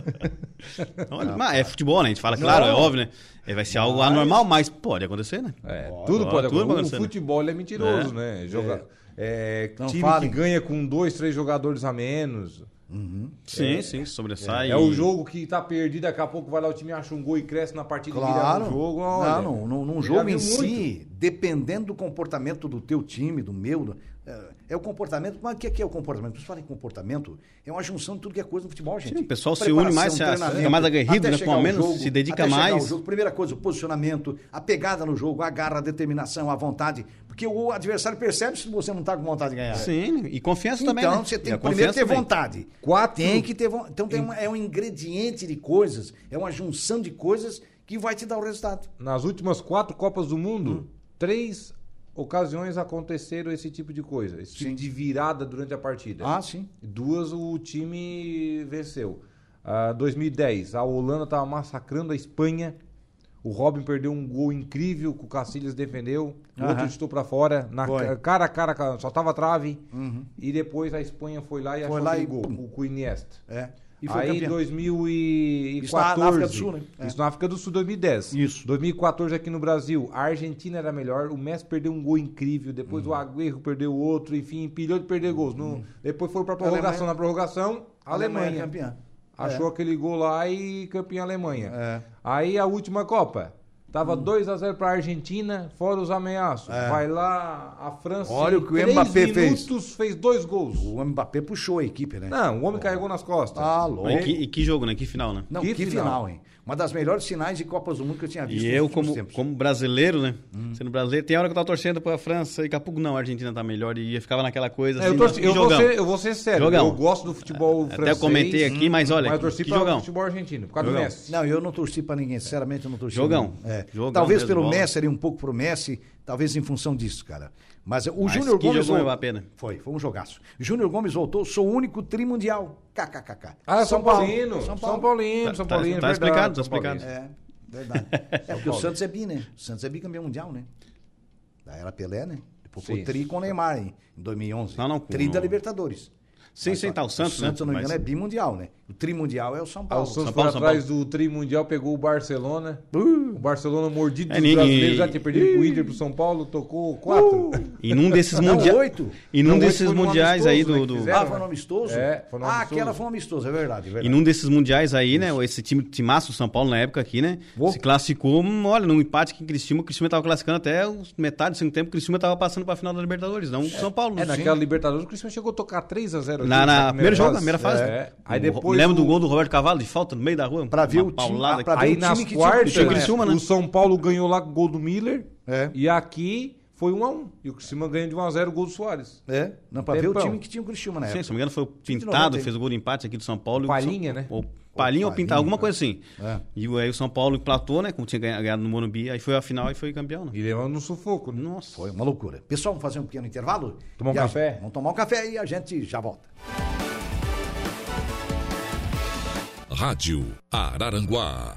S3: Olha, mas é futebol, né? A gente fala, claro, é óbvio, né? É, Vai ser algo anormal, mas pode acontecer, né?
S2: É, tudo pode
S3: tudo pode
S2: acontecer.
S3: acontecer,
S2: O
S3: né?
S2: futebol ele é mentiroso, né? Joga, é,
S1: Não
S2: time
S1: falem.
S2: que ganha com dois, três jogadores a menos.
S3: Sim, sim, sobressai.
S2: É o jogo que tá perdido, daqui a pouco vai lá o time acha um gol e cresce na partida e
S1: Claro.
S2: vira um jogo.
S1: não,
S2: Olha,
S1: não, não, num
S2: eu já
S1: jogo
S2: vi
S1: em
S2: muito.
S1: si, dependendo do comportamento do teu time, do meu, do- é, é o comportamento. Mas o que é, que é o comportamento? Vocês falam em comportamento, é uma junção de tudo que é coisa no futebol, gente.
S3: Sim, o pessoal se une mais, se-
S1: treinamento,
S3: fica mais aguerrido,
S1: até
S3: né,
S1: chegar
S3: com a
S1: ao
S3: menos, se dedica
S1: até chegar
S3: mais.
S1: ao jogo. Primeira coisa, o posicionamento, a pegada no jogo, a garra, a determinação, a vontade. Porque o adversário percebe se você não está com vontade de ganhar.
S3: É. Sim, e confiança também.
S1: Então
S3: né?
S1: você
S3: E
S1: tem
S3: a
S1: que primeiro
S3: confiança
S1: ter
S3: também.
S1: vontade.
S2: Quatro-
S1: Tem que ter vontade. Então tem uma- é um ingrediente de coisas, é uma junção de coisas que vai te dar o resultado.
S2: Nas últimas quatro Copas do
S1: Hum.
S2: Mundo, três ocasiões aconteceram esse tipo de coisa. Esse tipo
S1: Sim. Ah,
S2: de virada durante a partida.
S1: sim.
S2: Duas o time venceu. Ah, 2010, a Holanda estava massacrando a Espanha. O Robin perdeu um gol incrível que o Cacilhas defendeu. O
S1: Aham.
S2: outro chutou para fora. Na
S1: Foi. Uhum.
S2: ca- cara a cara, cara, só tava trave. E depois a Espanha foi lá e achou
S1: lá
S2: aquele
S1: e
S2: gol
S1: pum.
S2: com o Iniesta.
S1: É.
S2: Aí em 2014.
S1: Isso na- na África do Sul, né? É.
S2: Isso na África do Sul, 2010.
S1: Isso.
S2: 2014 aqui no Brasil, a Argentina era melhor, o Messi perdeu um gol incrível, depois
S1: Uhum.
S2: o Agüero perdeu outro, enfim, empilhou de perder gols. No- depois foram pra prorrogação,
S1: Alemanha-
S2: na prorrogação, a Alemanha.
S1: Alemanha é campeã.
S2: Achou aquele gol lá e campeã Alemanha.
S1: É. Hum.
S2: Aí a última Copa. Tava 2x0 pra Argentina, fora os ameaços. Vai lá a França.
S1: É. Olha
S2: em
S1: o que o
S2: três
S1: Mbappé fez.
S2: minutos fez dois gols.
S1: O Mbappé puxou a equipe, né?
S2: Não, o homem carregou nas costas.
S1: Ah, louco.
S3: E que, e que jogo, né? Que final, né?
S1: Não, que,
S2: que
S1: final.
S2: final.
S1: hein? Uma das melhores finais de Copas do Mundo que eu tinha visto.
S3: E
S1: nos
S3: eu,
S1: últimos
S3: como,
S1: tempos.
S3: como brasileiro, né? Sendo brasileiro, tem hora que eu tava torcendo pra França e daqui a pouco não, a Argentina tá melhor e eu ficava naquela coisa
S2: É,
S3: assim.
S2: eu, torci-
S3: nossa, que
S2: eu, vou
S3: jogão.
S2: ser, eu vou ser sério,
S3: Jogão.
S2: eu gosto do futebol
S3: Até eu
S2: francês.
S3: comentei aqui, mas olha,
S2: Mas eu torci
S3: que
S2: para
S3: jogão.
S2: o futebol argentino, por causa
S3: Jogão.
S2: do Messi.
S1: Não, eu não torci pra ninguém, sinceramente eu não torci.
S3: Jogão.
S1: não. É.
S3: Jogão
S1: talvez
S3: mesmo,
S1: pelo
S3: bola.
S1: Messi, ali um pouco pro Messi, talvez em função disso, cara. Mas o
S3: Mas
S1: Júnior
S3: que
S1: Gomes...
S3: jogou,
S1: vol-
S3: Mbappé, né?
S1: Foi, foi um jogaço. Júnior Gomes voltou, sou o único trimundial. KKKK.
S2: Ah, São, Paulino,
S1: é São Paulo.
S2: São Paulino, São
S3: Tá- tá-
S2: Paulino. é
S3: tá
S2: verdade,
S3: explicado, tá
S2: São Paulino.
S3: explicado.
S1: É, verdade. É porque o Santos é bi, né? O Santos é bicampeão mundial, né? Daí era Pelé, né? Depois foi
S2: Sim.
S1: tri com o Neymar em em 2011.
S3: Não, não,
S1: tri
S3: não.
S1: da Libertadores.
S3: Sim,
S1: Mas,
S3: sim,
S1: ó,
S3: tá o Santos,
S1: O Santos, se
S3: né?
S1: não me engano,
S3: Mas-
S1: é bimundial, né? O trimundial é o São
S2: Ah,
S1: Paulo.
S2: o Santos
S3: São Paulo,
S2: foi
S3: São
S2: atrás do tri mundial, pegou o Barcelona. O Barcelona mordido
S3: É,
S2: dos
S3: ninguém-
S2: brasileiros, já tinha perdido pro Inter, pro São Paulo, tocou quatro.
S3: E num desses
S1: Não,
S3: mundiais.
S1: oito.
S3: E num
S2: Não, oito
S3: desses
S2: foi no
S3: mundiais aí
S2: amistoso,
S3: do.
S2: né,
S3: do-
S2: que fizeram.
S1: Ah, foi no amistoso?
S2: É, foi no
S1: Ah,
S2: amistoso.
S1: aquela foi no amistoso, é verdade, é
S3: E
S1: verdade.
S3: num desses mundiais aí, né? Esse time timaço do São Paulo na época aqui, né?
S1: Uou.
S3: Se classificou, hum, olha, num empate que em Criciúma, o Criciúma tava classificando até os metade do segundo tempo, o Criciúma tava passando pra final da Libertadores, não o São Paulo.
S2: É,
S3: né?
S2: naquela Libertadores, o Cristiano chegou a tocar 3x0.
S3: Na, na primeiro jogo, na primeira fase. né?
S2: É. Aí
S3: O-
S2: depois.
S3: Lembra do
S2: o-
S3: gol do Roberto Cavalo de falta no meio da rua?
S1: Pra ver o
S3: Uma
S1: time-
S3: paulada
S1: ah, pra
S3: que-
S1: ver
S2: Aí
S1: o
S2: nas
S1: time que tinha-
S2: quartas,
S3: tinha o Criciúma, né?
S2: o São Paulo ganhou lá com o gol do Miller.
S1: É.
S2: E aqui foi 1 a 1 E o Criciúma ganha de 1x0 o gol do Soares.
S1: É, não, pra ver o
S2: Tempão.
S1: time que tinha o Cristiúma na
S3: Sim,
S1: época.
S3: tá- se não me engano, foi o
S1: de
S3: Pintado,
S1: 90,
S3: fez o gol de empate aqui do São Paulo.
S2: Palhinha, né?
S3: Ou Palhinha ou Pintado, alguma coisa assim.
S1: É.
S3: E o- aí o São Paulo platou, né? Como tinha ganha- ganhado no Morumbi, aí foi a final e foi campeão, né?
S2: E levando no sufoco, né?
S3: Nossa.
S1: Foi uma loucura. Pessoal, vamos fazer um pequeno intervalo?
S2: Tomar um
S1: E a-
S2: café?
S1: Vamos tomar um café e a gente já volta.
S5: Rádio Araranguá.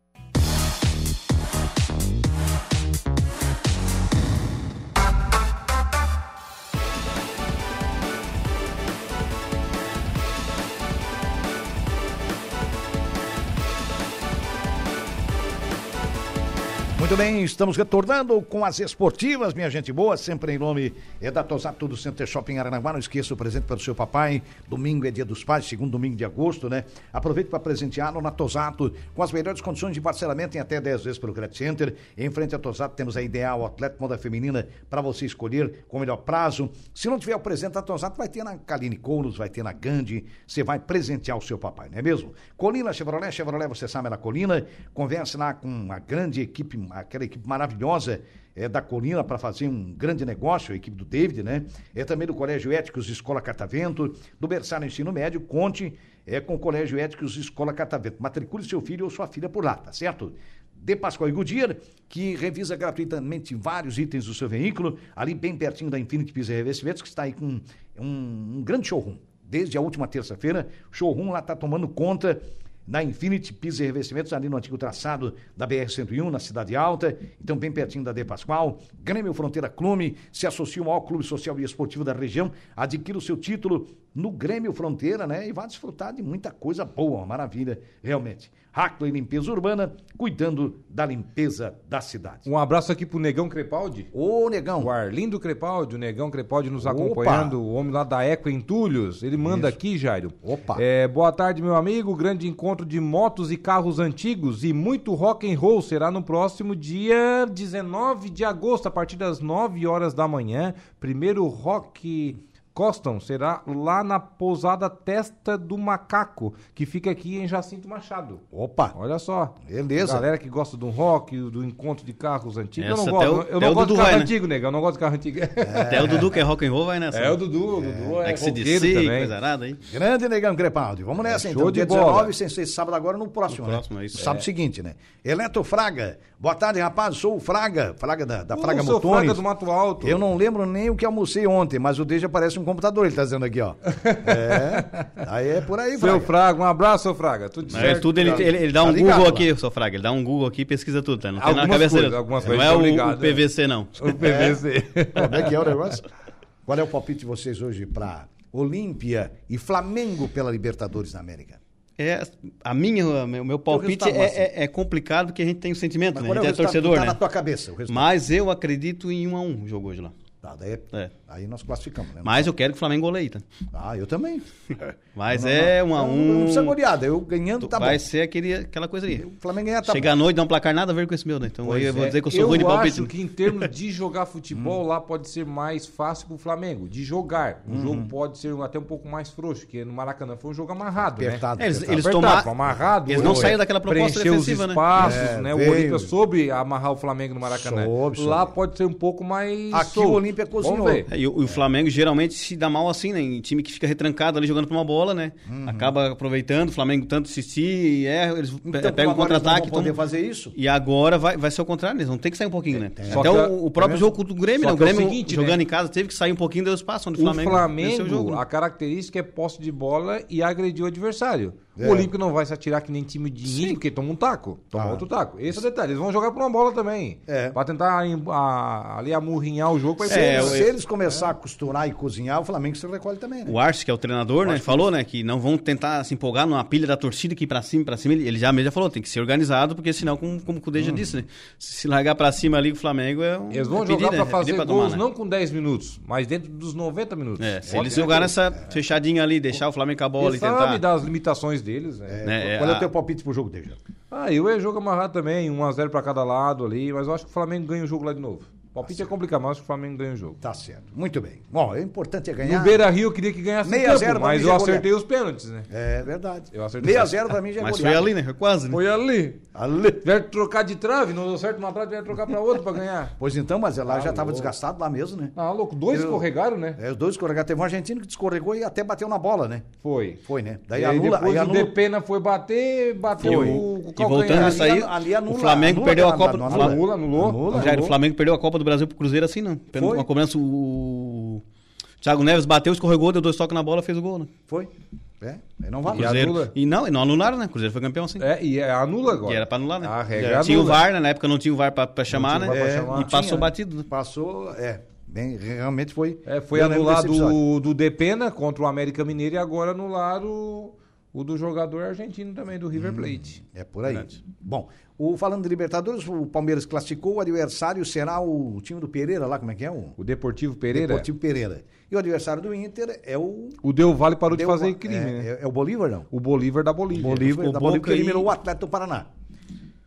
S1: Muito Muito bem, estamos retornando com as esportivas, minha gente boa, sempre em nome é da Tosato do Center Shopping Aranaguá. Não esqueça o presente para o seu papai. Domingo é dia dos pais, segundo domingo de agosto, né? Aproveite para presenteá-lo na Tosato com as melhores condições de parcelamento em até 10 vezes pelo Credit Center. Em frente à Tosato temos a Ideal Atleta Moda Feminina para você escolher com o melhor prazo. Se não tiver o presente da Tosato, vai ter na Caline Couros, vai ter na Gandhi. Você vai presentear o seu papai, não é mesmo? Colina Chevrolet, Chevrolet, você sabe, é na Colina. Converse lá com a grande equipe, aquela equipe maravilhosa é, da Colina para fazer um grande negócio, a equipe do David, né? É também do Colégio Éticos Escola Catavento, do Berçário Ensino Médio, conte é, com o Colégio Éticos Escola Catavento. Matricule seu filho ou sua filha por lá, tá certo? De Pascoal e Goodyear, que revisa gratuitamente vários itens do seu veículo, ali bem pertinho da Infinity Pisa e Revestimentos, que está aí com um, um grande showroom. Desde a última terça-feira, showroom lá está tomando conta na Infinity Pisa e Revestimentos, ali no antigo traçado da BR-101, na Cidade Alta, então bem pertinho da De Pascoal. Grêmio Fronteira Clube se associa ao maior clube social e esportivo da região, adquira o seu título no Grêmio Fronteira, né? E vá desfrutar de muita coisa boa, uma maravilha, realmente. Hackley Limpeza Urbana, cuidando da limpeza da cidade.
S2: Um abraço aqui pro Negão Crepaldi.
S1: Ô, negão,
S2: O Arlindo Crepaldi, o Negão Crepaldi nos
S1: Opa!
S2: acompanhando, o homem lá da Eco Entulhos, ele manda aqui, Jairo.
S1: Opa!
S2: É, boa tarde, meu amigo, grande encontro de motos e carros antigos e muito rock and roll será no próximo dia 19 de agosto, a partir das 9 horas da manhã, primeiro rock... Coston será lá na pousada Testa do Macaco, que fica aqui em Jacinto Machado.
S1: opa,
S2: Olha só.
S1: Beleza.
S2: Galera que gosta do rock, do encontro de carros antigos. eu
S3: Essa
S2: não gosto.
S3: até o-
S2: eu
S3: até
S2: não
S3: o
S2: gosto de
S3: Dudu
S2: carro
S3: vai, né?
S2: antigo, nega. Eu não gosto de carro antigo. É,
S3: Até o Dudu que é rock and roll vai nessa.
S2: o Dudu. O Dudu é,
S3: É que se
S2: roqueiro
S3: disse,
S2: também.
S3: coisa arada, hein?
S1: grande negão Crepaldi. Vamos nessa,
S2: show
S1: então. Dia
S2: de bola.
S1: 19, sem ser sábado agora, no próximo,
S3: No
S1: né?
S3: próximo, é isso.
S1: Sábado seguinte, né? Eleto Fraga. Boa tarde, rapaz. Sou o Fraga, Fraga da, da
S2: O
S1: Fraga
S2: Uh, seu
S1: Motores.
S2: Fraga do Mato Alto.
S1: Eu não lembro nem o que almocei ontem, mas o Deja parece um computador, ele tá dizendo aqui, ó. É, aí é por aí,
S2: Seu
S1: Fraga.
S2: Fraga, um abraço, seu Fraga. Tudo de
S3: Mas
S2: certo.
S3: é tudo, ele, ele, ele dá
S1: Tá
S3: um
S1: ligado
S3: Google
S1: lá.
S3: aqui, seu Fraga. Ele dá um Google aqui e pesquisa tudo, tá? Não tem na
S2: Algumas
S3: cabeça
S2: coisas,
S3: dele.
S2: algumas
S3: Não
S2: coisas,
S3: é o,
S2: obrigado,
S3: o PVC, não.
S2: O PVC.
S1: Como é que é o negócio? Qual é o palpite de vocês hoje pra Olímpia e Flamengo pela Libertadores da América?
S3: É, a minha, o meu- o meu palpite
S1: resultado,
S3: é,
S1: assim?
S3: é- é complicado porque a gente tem o sentimento,
S1: Mas
S3: né?
S1: qual
S3: A
S1: é o
S3: gente é,
S1: resultado?
S3: torcedor,
S1: tá
S3: né?
S1: na tua cabeça o resultado.
S3: Mas eu acredito em 1 a 1 o jogo hoje lá.
S1: Tá, daí é-
S3: É.
S1: Aí nós classificamos, né?
S3: Mas eu quero que o Flamengo goleie, tá?
S1: Ah, eu também.
S3: Mas é 1 a
S1: Não, Não
S3: 1
S1: precisa goleada, eu ganhando tá
S3: Vai
S1: bom.
S3: ser aquele, aquela coisa ali.
S1: O Flamengo ganhar tá
S3: Chegar à noite, dar um placar nada a ver com esse meu, né? Então aí eu vou dizer que eu sou ruim de palpite. Hum.
S2: acho que em termos de jogar futebol lá pode ser mais fácil pro Flamengo. De jogar.
S3: Uhum.
S2: O jogo pode ser até um pouco mais frouxo, porque no Maracanã foi um jogo amarrado,
S1: bom.
S2: né?
S1: Apertado,
S3: É, eles-
S1: apertado.
S3: eles-
S2: Apertado,
S3: tomar-
S2: foi amarrado.
S3: eles não
S2: foi-
S3: saíram daquela proposta
S2: preencheu
S3: defensiva,
S2: os
S3: né?
S2: espaços,
S1: É,
S2: né?
S1: veio.
S2: O Olímpia soube amarrar o Flamengo no Maracanã.
S1: Soube, soube.
S2: Lá pode ser um pouco mais
S1: Aqui o
S2: solto.
S1: Olímpia cozinhou.
S2: Vamos ver.
S3: É, E o, e o Flamengo geralmente se dá mal assim, né? Em time que fica retrancado ali jogando pra uma bola, né?
S2: Uhum.
S3: Acaba aproveitando, o Flamengo tanto insistir e erra, eles pe-
S1: Então,
S3: pegam
S1: agora eles
S3: o
S1: não vão
S3: um contra-ataque.
S1: poder
S3: tomam-
S1: fazer isso?
S3: E agora vai, vai ser o contrário, eles vão ter que sair um pouquinho, né?
S2: é. Só
S3: Até
S2: que a-
S3: o, o próprio jogo do Grêmio,
S2: Só
S3: né? O
S2: que é o
S3: Grêmio
S2: seguinte,
S3: jogando
S2: né?
S3: em casa teve que sair um pouquinho do espaço onde o
S2: O
S3: Flamengo,
S2: Flamengo,
S3: venceu o jogo. né?
S2: a característica é posse de bola e agredir o adversário.
S1: É.
S2: O Olímpico não vai se atirar que nem time de índio, porque toma um taco, toma outro taco. Esse é o detalhe. Eles vão jogar por uma bola também.
S1: Ah. É.
S2: Pra tentar em- a- ali amurrinhar o jogo. Pra
S1: Se,
S3: É,
S1: eles,
S3: eu-
S1: se eles começar a costurar e cozinhar, o Flamengo se recolhe também, né?
S3: O Arce, que é o treinador, né? Falou, né? Que não vão tentar se empolgar numa pilha da torcida que ir pra cima, pra cima. Ele ele já mesmo já falou, tem que ser organizado, porque senão, como, como o Cudê já disse, né? Se se largar pra cima ali, o Flamengo é um.
S2: Uhum. Eles vão
S3: é
S2: jogar
S3: pedir, né?
S2: pra
S3: É pedir
S2: fazer
S3: pra tomar,
S2: gols
S3: né?
S2: não com 10 minutos, mas dentro dos 90 minutos.
S3: É, se
S2: Ótimo.
S3: eles jogarem essa fechadinha ali, deixar o Flamengo com a bola
S2: Eles
S3: e
S2: sabem
S3: tentar.
S2: das limitações deles, né?
S3: né,
S1: Qual é,
S3: a-
S1: o teu palpite pro jogo, Deja?
S2: Ah, eu é jogo amarrado também, 1x0 pra cada lado ali, mas eu acho que o Flamengo ganha o jogo lá de novo. Palpite é complicado, mas eu acho que o Flamengo ganha o jogo.
S1: Tá certo. Muito bem. Bom, o importante é
S2: No
S1: ganhar.
S2: Beira Rio eu queria que ganhasse em
S1: 6 a
S2: campo,
S1: 0 pra
S2: mas
S1: mim
S2: eu
S1: já
S2: acertei os pênaltis, né?
S1: É verdade.
S2: Eu acertei.
S1: 6 a 0 pra mim já é
S3: Mas foi
S1: goleada.
S3: ali, né? Quase, né?
S2: Foi ali.
S1: Ali.
S2: Tiveram que trocar de trave, não deu certo uma trave, tiveram que trocar pra outra pra ganhar.
S1: Pois então, mas lá já estava
S2: louco.
S1: desgastado lá mesmo, né?
S2: Ah, louco, dois
S1: Eu-
S2: escorregaram, né?
S1: É, os dois escorregaram. Teve um argentino que descorregou e até bateu na bola, né?
S2: Foi.
S1: Foi, né?
S2: Daí
S1: Daí anula.
S2: depois
S1: Aí
S2: o
S1: anula.
S2: Depena foi bater, bateu
S3: E,
S2: o,
S3: o-
S2: o
S3: e voltando
S2: calcanhar. né?
S3: a sair,
S1: ali anula-
S3: o Flamengo
S1: anula
S3: perdeu
S1: na-
S3: a Copa
S1: na-
S3: do
S1: anula.
S3: Flamengo.
S2: Anula, anulou.
S1: Anula.
S2: anulou.
S3: Jair, o Flamengo perdeu a Copa do Brasil pro Cruzeiro assim, não. Pelo-
S1: Foi.
S3: Uma cobrança, o. Thiago Neves bateu, escorregou, deu dois toques na bola, fez o gol, né?
S1: Foi. É, aí não vale.
S2: E a-
S3: Cruzeiro.
S2: anula.
S3: E não, e não anularam, né? O Cruzeiro foi campeão assim.
S2: É, e é, anula agora.
S3: Que era pra anular, né?
S2: A regra
S3: tinha o
S2: anula.
S3: VAR, né? Na época não tinha o VAR pra, pra chamar, né?
S2: tinha o VAR pra chamar.
S3: E passou batido, né?
S1: Passou, é. Bem, realmente foi.
S2: É, foi
S1: eu lembro desse
S2: anulado
S1: episódio.
S2: né, o do Depena contra o América Mineiro e agora anularam o, o do jogador argentino também, do River Plate.
S1: É por aí. Bom, o, falando de Libertadores, o Palmeiras classificou, o adversário será o time do Pereira lá, como é que é? O
S2: O Deportivo Pereira,
S1: Deportivo Pereira. E o adversário do Inter é o.
S2: o Del Valle parou
S1: Deu
S2: de fazer
S1: uma-
S2: crime,
S1: é,
S2: né?
S1: é- é o Bolívar, não?
S2: O Bolívar da Bolívia.
S1: Bolívar,
S3: Ficou
S1: da
S3: Boca
S1: Bolívia que
S3: e-
S1: eliminou o Atlético do Paraná.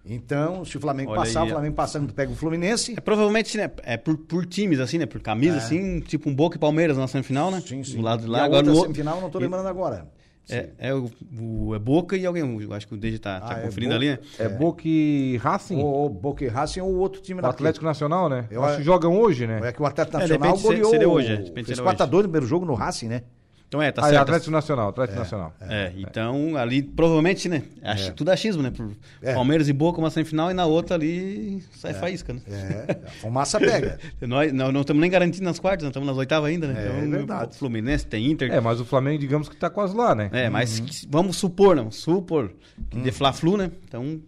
S1: Então, se o Flamengo
S3: Olha
S1: passar,
S3: aí,
S1: o Flamengo passando, pega o Fluminense.
S3: É, provavelmente, né? É por, por times, assim, né? Por
S2: É.
S3: camisa, assim, tipo um Boca e Palmeiras na semifinal, né? Do lado de
S1: E
S3: lá.
S1: a
S3: Agora
S1: outra
S3: no outro-
S1: semifinal, não estou lembrando agora.
S3: É, é, o, o- é Boca e alguém, eu acho que o Deji tá, tá
S1: Ah, é
S3: conferindo
S1: Boca.
S3: ali, né?
S2: É Boca e Racing? O,
S1: O, o Boca e Racing ou o outro time da
S2: Atlético Nacional, né?
S1: Eu
S2: Eu acho
S1: acho-
S2: que jogam hoje, né?
S1: É que o Atlético
S3: É, de
S1: Nacional
S3: repente se-
S1: goleou.
S3: seria hoje, é, de repente
S1: fez
S3: seria
S1: 4 a 2 no primeiro jogo no Racing, né?
S3: Então é, tá
S2: ah, é
S3: certo.
S2: Atlético Nacional, Atlético Nacional.
S3: É, então ali provavelmente, né?
S1: É.
S3: Ach, Tudo achismo, né? Por Palmeiras e Boca uma semifinal e na outra ali sai faísca, né?
S1: É, a fumaça pega.
S3: Nós não, não estamos nem garantindo nas quartas, não estamos nas oitavas ainda, né?
S1: É, é verdade.
S3: o Fluminense tem Inter.
S2: É, mas o Flamengo, digamos que tá quase lá, né?
S3: É, mas
S1: Uhum.
S3: que- vamos supor, não, supor que
S1: Hum.
S3: dê Fla-Flu, né? Então,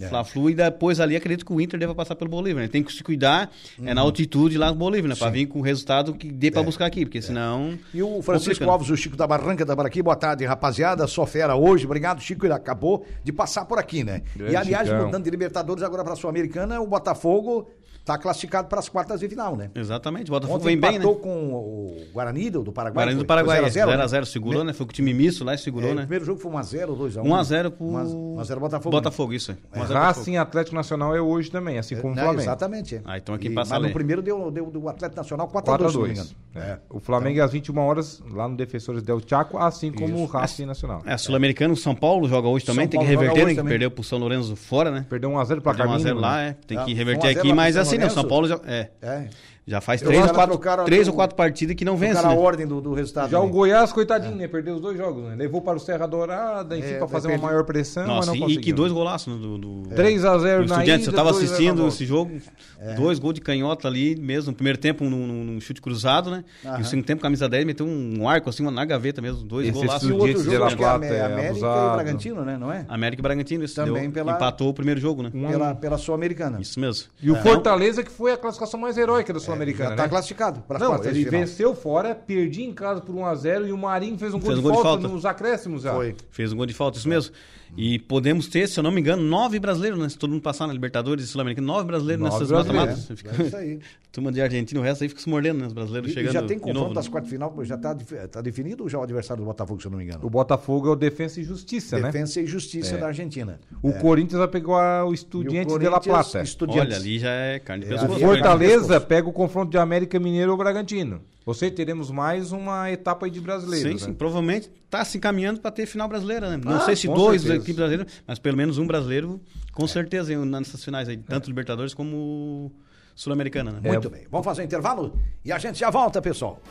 S1: É.
S3: Fla-Flu e depois ali acredito que o Inter deva passar pelo Bolívar, né? Tem que se cuidar, é na
S1: Uhum.
S3: altitude lá no Bolívar, né? Pra vir com o resultado que dê pra buscar aqui, porque senão...
S1: É. E o Francisco
S3: complica, né?
S1: Alves, o Chico da Barranca da Baraqui, boa tarde, rapaziada. Só fera hoje, obrigado, Chico. Ele acabou de passar por aqui, né? e
S2: Grande
S1: aliás,
S2: Chicão.
S1: mudando de Libertadores agora para a Sul-Americana, o Botafogo está classificado para as quartas de final, né?
S3: Exatamente, o Botafogo
S1: Ontem
S3: vem bem, né?
S1: empatou com o Guarani do do Paraguai.
S3: Guarani do
S1: foi?
S3: Paraguai,
S1: Foi 0
S3: 0x0, segurou, né? Foi com o time misto lá e segurou,
S1: É, O
S3: né?
S1: primeiro jogo foi 1x0, 2x1.
S3: 1x0
S1: 1x0
S3: pro...
S1: Botafogo. né?
S3: Botafogo, isso. é. 1 a 0 Botafogo.
S2: Racing e Atlético Nacional é hoje também, assim como o
S1: Né,
S2: Flamengo.
S1: exatamente. é.
S3: Ah, então é quem
S1: E-
S3: passa
S1: Mas no
S3: além.
S1: primeiro deu, deu do Atlético Nacional 4x2, se não me
S2: 4x2.
S1: engano. É.
S2: O Flamengo às 21 horas, lá no Defensores Del Chaco, assim como o Racing Nacional.
S3: É, Sul-Americano, o São Paulo joga hoje também,
S1: São
S3: tem que
S1: Paulo joga
S3: reverter, né?
S1: hoje
S3: Que
S1: também.
S3: perdeu pro São Lourenço fora, né?
S2: Perdeu 1x0 pra
S3: Deu 1 a
S2: Carminho.
S3: 0 lá, é. Tem
S1: Tá,
S3: que
S1: um a
S3: reverter
S1: zero
S3: aqui,
S1: lá pro
S3: mas
S1: São
S3: assim, né? O São
S1: Lourenço.
S3: Paulo já, é,
S1: É.
S3: já faz
S1: Eu
S3: três,
S1: acho
S3: ou
S1: que
S3: quatro,
S1: trocaram
S3: três
S1: o-
S3: ou quatro partidas que não vence,
S1: Trocaram a
S3: né?
S1: ordem do, do resultado.
S2: Já o
S1: né?
S2: Goiás, coitadinho, né? Perdeu os dois jogos, né? Levou para o Serra Dourada, enfim,
S1: É,
S2: pra fazer uma
S1: perdeu.
S2: maior pressão, mas
S3: Nossa,
S2: não
S3: e-
S2: conseguiu.
S3: e que dois golaços né, do... do...
S1: É.
S2: 3x0
S3: do
S2: na
S3: Estudiantes,
S2: ida,
S3: eu tava
S2: 2 a 0 na
S3: assistindo
S2: volta.
S3: esse jogo, dois gols de canhota ali mesmo, no primeiro tempo num, num- num chute cruzado, né? E o segundo tempo, camisa 10, meteu um arco assim, uma na gaveta mesmo, dois
S2: Esse
S3: golaços.
S1: E o outro
S2: Estudiantes de La
S1: jogo acho que é a
S2: Plata é
S1: Amé- América e o
S2: abusado.
S1: Bragantino, né? Não é?
S3: América e Bragantino, isso
S1: Também
S3: deu,
S1: pela- Um
S3: empatou o primeiro jogo, né?
S2: Um
S1: Pela, pela Sul-Americana.
S3: Isso mesmo. Então,
S2: E o Fortaleza, que foi a classificação mais heróica
S3: É,
S2: da Sul-Americana,
S1: Já
S3: tá
S2: né?
S1: está Tá classificado para as
S2: Não,
S1: quartas de
S2: ele
S1: final.
S2: venceu fora, perdi em casa por 1x0 e o Marinho fez um gol,
S3: Fez
S2: de,
S3: um gol de
S2: falta
S3: falta.
S2: nos acréscimos já.
S1: Foi.
S3: Fez um gol de falta, isso mesmo. E podemos ter, se eu não me engano, nove brasileiros, né? Se todo mundo passar na Libertadores e Sul-Americana, nove brasileiros
S2: Nove
S3: nessas
S2: brasileiros,
S3: mata-matas.
S1: é.
S3: Fica-
S1: É isso aí.
S3: Turma de Argentina, o resto aí fica se mordendo, né? Os brasileiros
S1: E, e
S3: chegando.
S1: já tem
S3: de
S1: confronto
S3: novo, né?
S1: das quartas de final, já está tá definido ou já é o adversário do Botafogo, se eu não me engano?
S2: O Botafogo é o Defensa e Justiça, né?
S1: Defensa e Justiça da Argentina. É.
S2: O
S3: É.
S2: Corinthians vai pegar o
S1: E o
S2: Estudiantes de La
S1: Corinthians,
S2: Plata.
S1: Estudiantes.
S3: Olha, ali já é carne de
S1: É,
S3: pescoço.
S1: ali
S3: né?
S2: Fortaleza pega o confronto de América Mineiro ou Bragantino. Ou seja, teremos mais uma etapa aí de brasileiros.
S3: Sim, sim.
S2: né?
S3: Provavelmente tá se encaminhando para ter final brasileira, né? Não
S2: Ah,
S3: sei se
S2: com
S3: dois
S2: certeza.
S3: equipes brasileiras, mas pelo menos um brasileiro,
S1: É.
S3: com certeza, hein, nessas finais aí, tanto Libertadores como Sul-Americana, né?
S1: É,
S2: É.
S1: Muito bem. Vamos fazer um intervalo e a gente já volta, pessoal.